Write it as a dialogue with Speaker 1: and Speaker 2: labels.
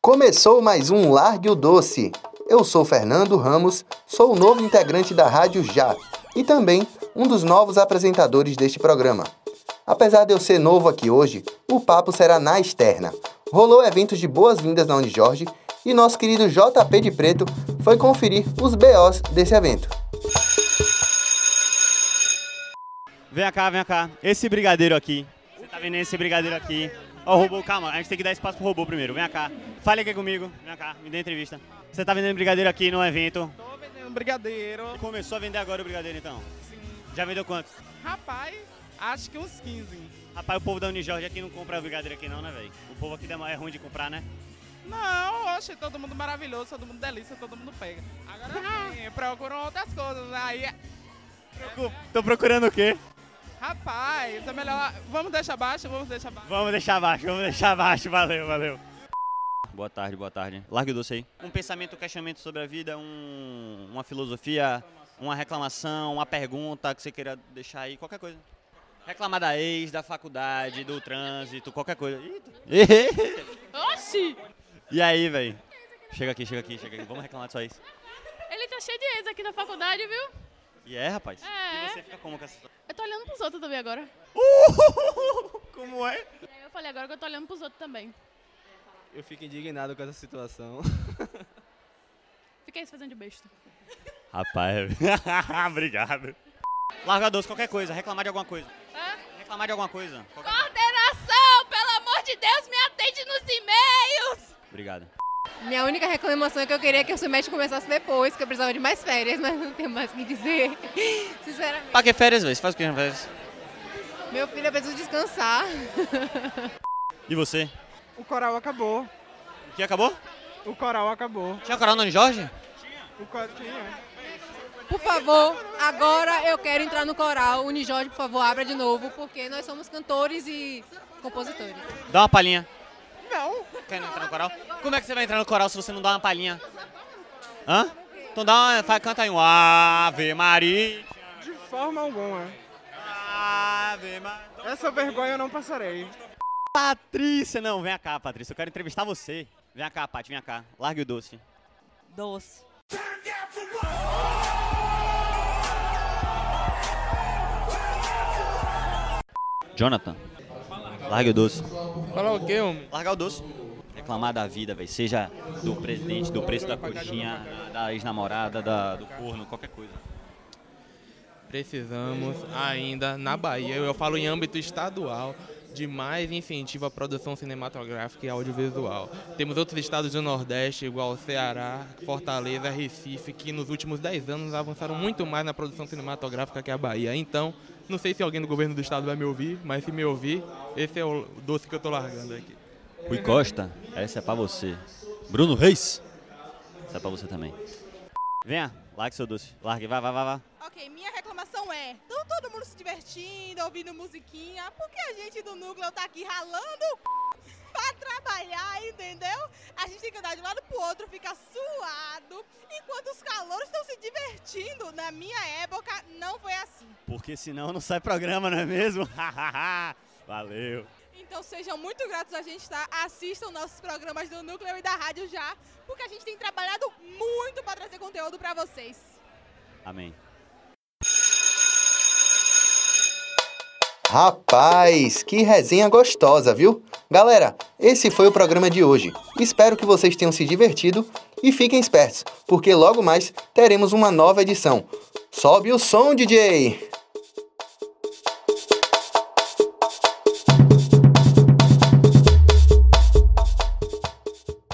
Speaker 1: Começou mais um Largue o Doce. Eu sou Fernando Ramos, sou o novo integrante da Rádio Já e também um dos novos apresentadores deste programa. Apesar de eu ser novo aqui hoje, o papo será na externa. Rolou eventos de boas-vindas na Unijorge e nosso querido JP de Preto foi conferir os BOs desse evento.
Speaker 2: Vem cá, vem cá. Esse brigadeiro aqui. Você tá vendendo esse brigadeiro aqui. Ó, o robô, calma, a gente tem que dar espaço pro robô primeiro. Vem cá. Fale aqui comigo. Vem cá, me dê entrevista. Você tá vendendo brigadeiro aqui no evento.
Speaker 3: Tô vendendo brigadeiro.
Speaker 2: Começou a vender agora o brigadeiro então?
Speaker 3: Sim.
Speaker 2: Já vendeu quantos?
Speaker 3: Rapaz, acho que uns 15.
Speaker 2: Rapaz, o povo da Unijorge aqui não compra brigadeiro aqui não, né, velho? O povo aqui da- é ruim de comprar, né?
Speaker 3: Não, oxe, todo mundo maravilhoso, todo mundo delícia, todo mundo pega. Agora sim, procuram outras coisas. Aí,
Speaker 2: Procu- Tô procurando o quê?
Speaker 3: rapaz, é melhor. Vamos deixar baixo, vamos deixar baixo.
Speaker 2: Vamos deixar abaixo, vamos deixar abaixo. Valeu, valeu. Boa tarde, boa tarde. Largue o doce aí. Um pensamento, um questionamento sobre a vida, um- uma filosofia, uma reclamação, uma pergunta que você queira deixar aí, qualquer coisa. Reclamar da ex, da faculdade, do trânsito, qualquer coisa. Eita.
Speaker 4: Oxi!
Speaker 2: E aí, velho? Chega aqui, chega aqui, chega aqui. Vamos reclamar de só isso.
Speaker 4: Ele tá cheio de ex aqui na faculdade, viu?
Speaker 2: E é, rapaz?
Speaker 4: É.
Speaker 2: E você fica como com essa situação?
Speaker 4: Eu tô olhando pros outros também agora.
Speaker 2: Como é?
Speaker 4: É, Eu falei agora que eu tô olhando pros outros também.
Speaker 5: Eu fico indignado com essa situação.
Speaker 4: Fiquei se fazendo de besta.
Speaker 2: Rapaz, obrigado. Larga doce, qualquer coisa, reclamar de alguma coisa.
Speaker 4: É?
Speaker 2: Reclamar de alguma coisa. Qualquer...
Speaker 4: Coordenação, pelo amor de Deus, me atende nos e-mails!
Speaker 2: Obrigado.
Speaker 6: Minha única reclamação é que eu queria que o semestre começasse depois, que eu precisava de mais férias, mas não tenho mais o que dizer. Sinceramente.
Speaker 2: Pra que férias, velho? Você faz o que na férias?
Speaker 6: Meu filho, eu preciso descansar.
Speaker 2: E você?
Speaker 3: O coral acabou.
Speaker 2: O que acabou?
Speaker 3: O coral acabou.
Speaker 2: Tinha coral no Jorge?
Speaker 3: O coral tinha. né?
Speaker 6: Por favor, agora eu quero entrar no coral. Unijorge, por favor, abra de novo, porque nós somos cantores e compositores.
Speaker 2: Dá uma palhinha.
Speaker 3: Não.
Speaker 2: Quer entrar no coral? Como é que você vai entrar no coral se você não dá uma palhinha? Hã? Então dá uma. fa- Canta aí um Ave Maria.
Speaker 3: De forma alguma.
Speaker 2: Ave Maria.
Speaker 3: Essa vergonha eu não passarei.
Speaker 2: Patrícia, não, vem cá, Patrícia. Eu quero entrevistar você. Vem cá, Paty, vem cá. Largue o doce.
Speaker 7: Doce.
Speaker 2: Jonathan. Largue o doce.
Speaker 3: Falar o quê, homem?
Speaker 2: Largar o doce. Reclamar da vida, velho. Seja do presidente, do preço da coxinha, da- da ex-namorada, da- do corno, qualquer coisa.
Speaker 8: Precisamos ainda, na Bahia, eu falo em âmbito estadual, de mais incentivo à produção cinematográfica e audiovisual. Temos outros estados do Nordeste, igual Ceará, Fortaleza, Recife, que nos últimos 10 anos avançaram muito mais na produção cinematográfica que a Bahia. Então, não sei se alguém do governo do estado vai me ouvir, mas se me ouvir, esse é o doce que eu tô largando aqui.
Speaker 2: Rui Costa, essa é pra você. Bruno Reis, essa é pra você também. Venha, largue seu doce. Largue, vai, vai, vai, vai.
Speaker 9: Ok, minha reclamação é: tão todo mundo se divertindo, ouvindo musiquinha, por que a gente do núcleo tá aqui ralando o c... pra trabalhar, entendeu? A gente tem que andar de um lado pro outro, fica suado, enquanto os calouros estão se divertindo. Na minha época, não foi assim.
Speaker 2: Porque senão não sai programa, não é mesmo? Valeu.
Speaker 9: Então sejam muito gratos a gente, tá? Assistam nossos programas do núcleo e da rádio já, porque a gente tem trabalhado muito pra trazer conteúdo pra vocês.
Speaker 2: Amém.
Speaker 1: Rapaz, que resenha gostosa, viu? Galera, esse foi o programa de hoje. Espero que vocês tenham se divertido e fiquem espertos, porque logo mais teremos uma nova edição. Sobe o som, DJ!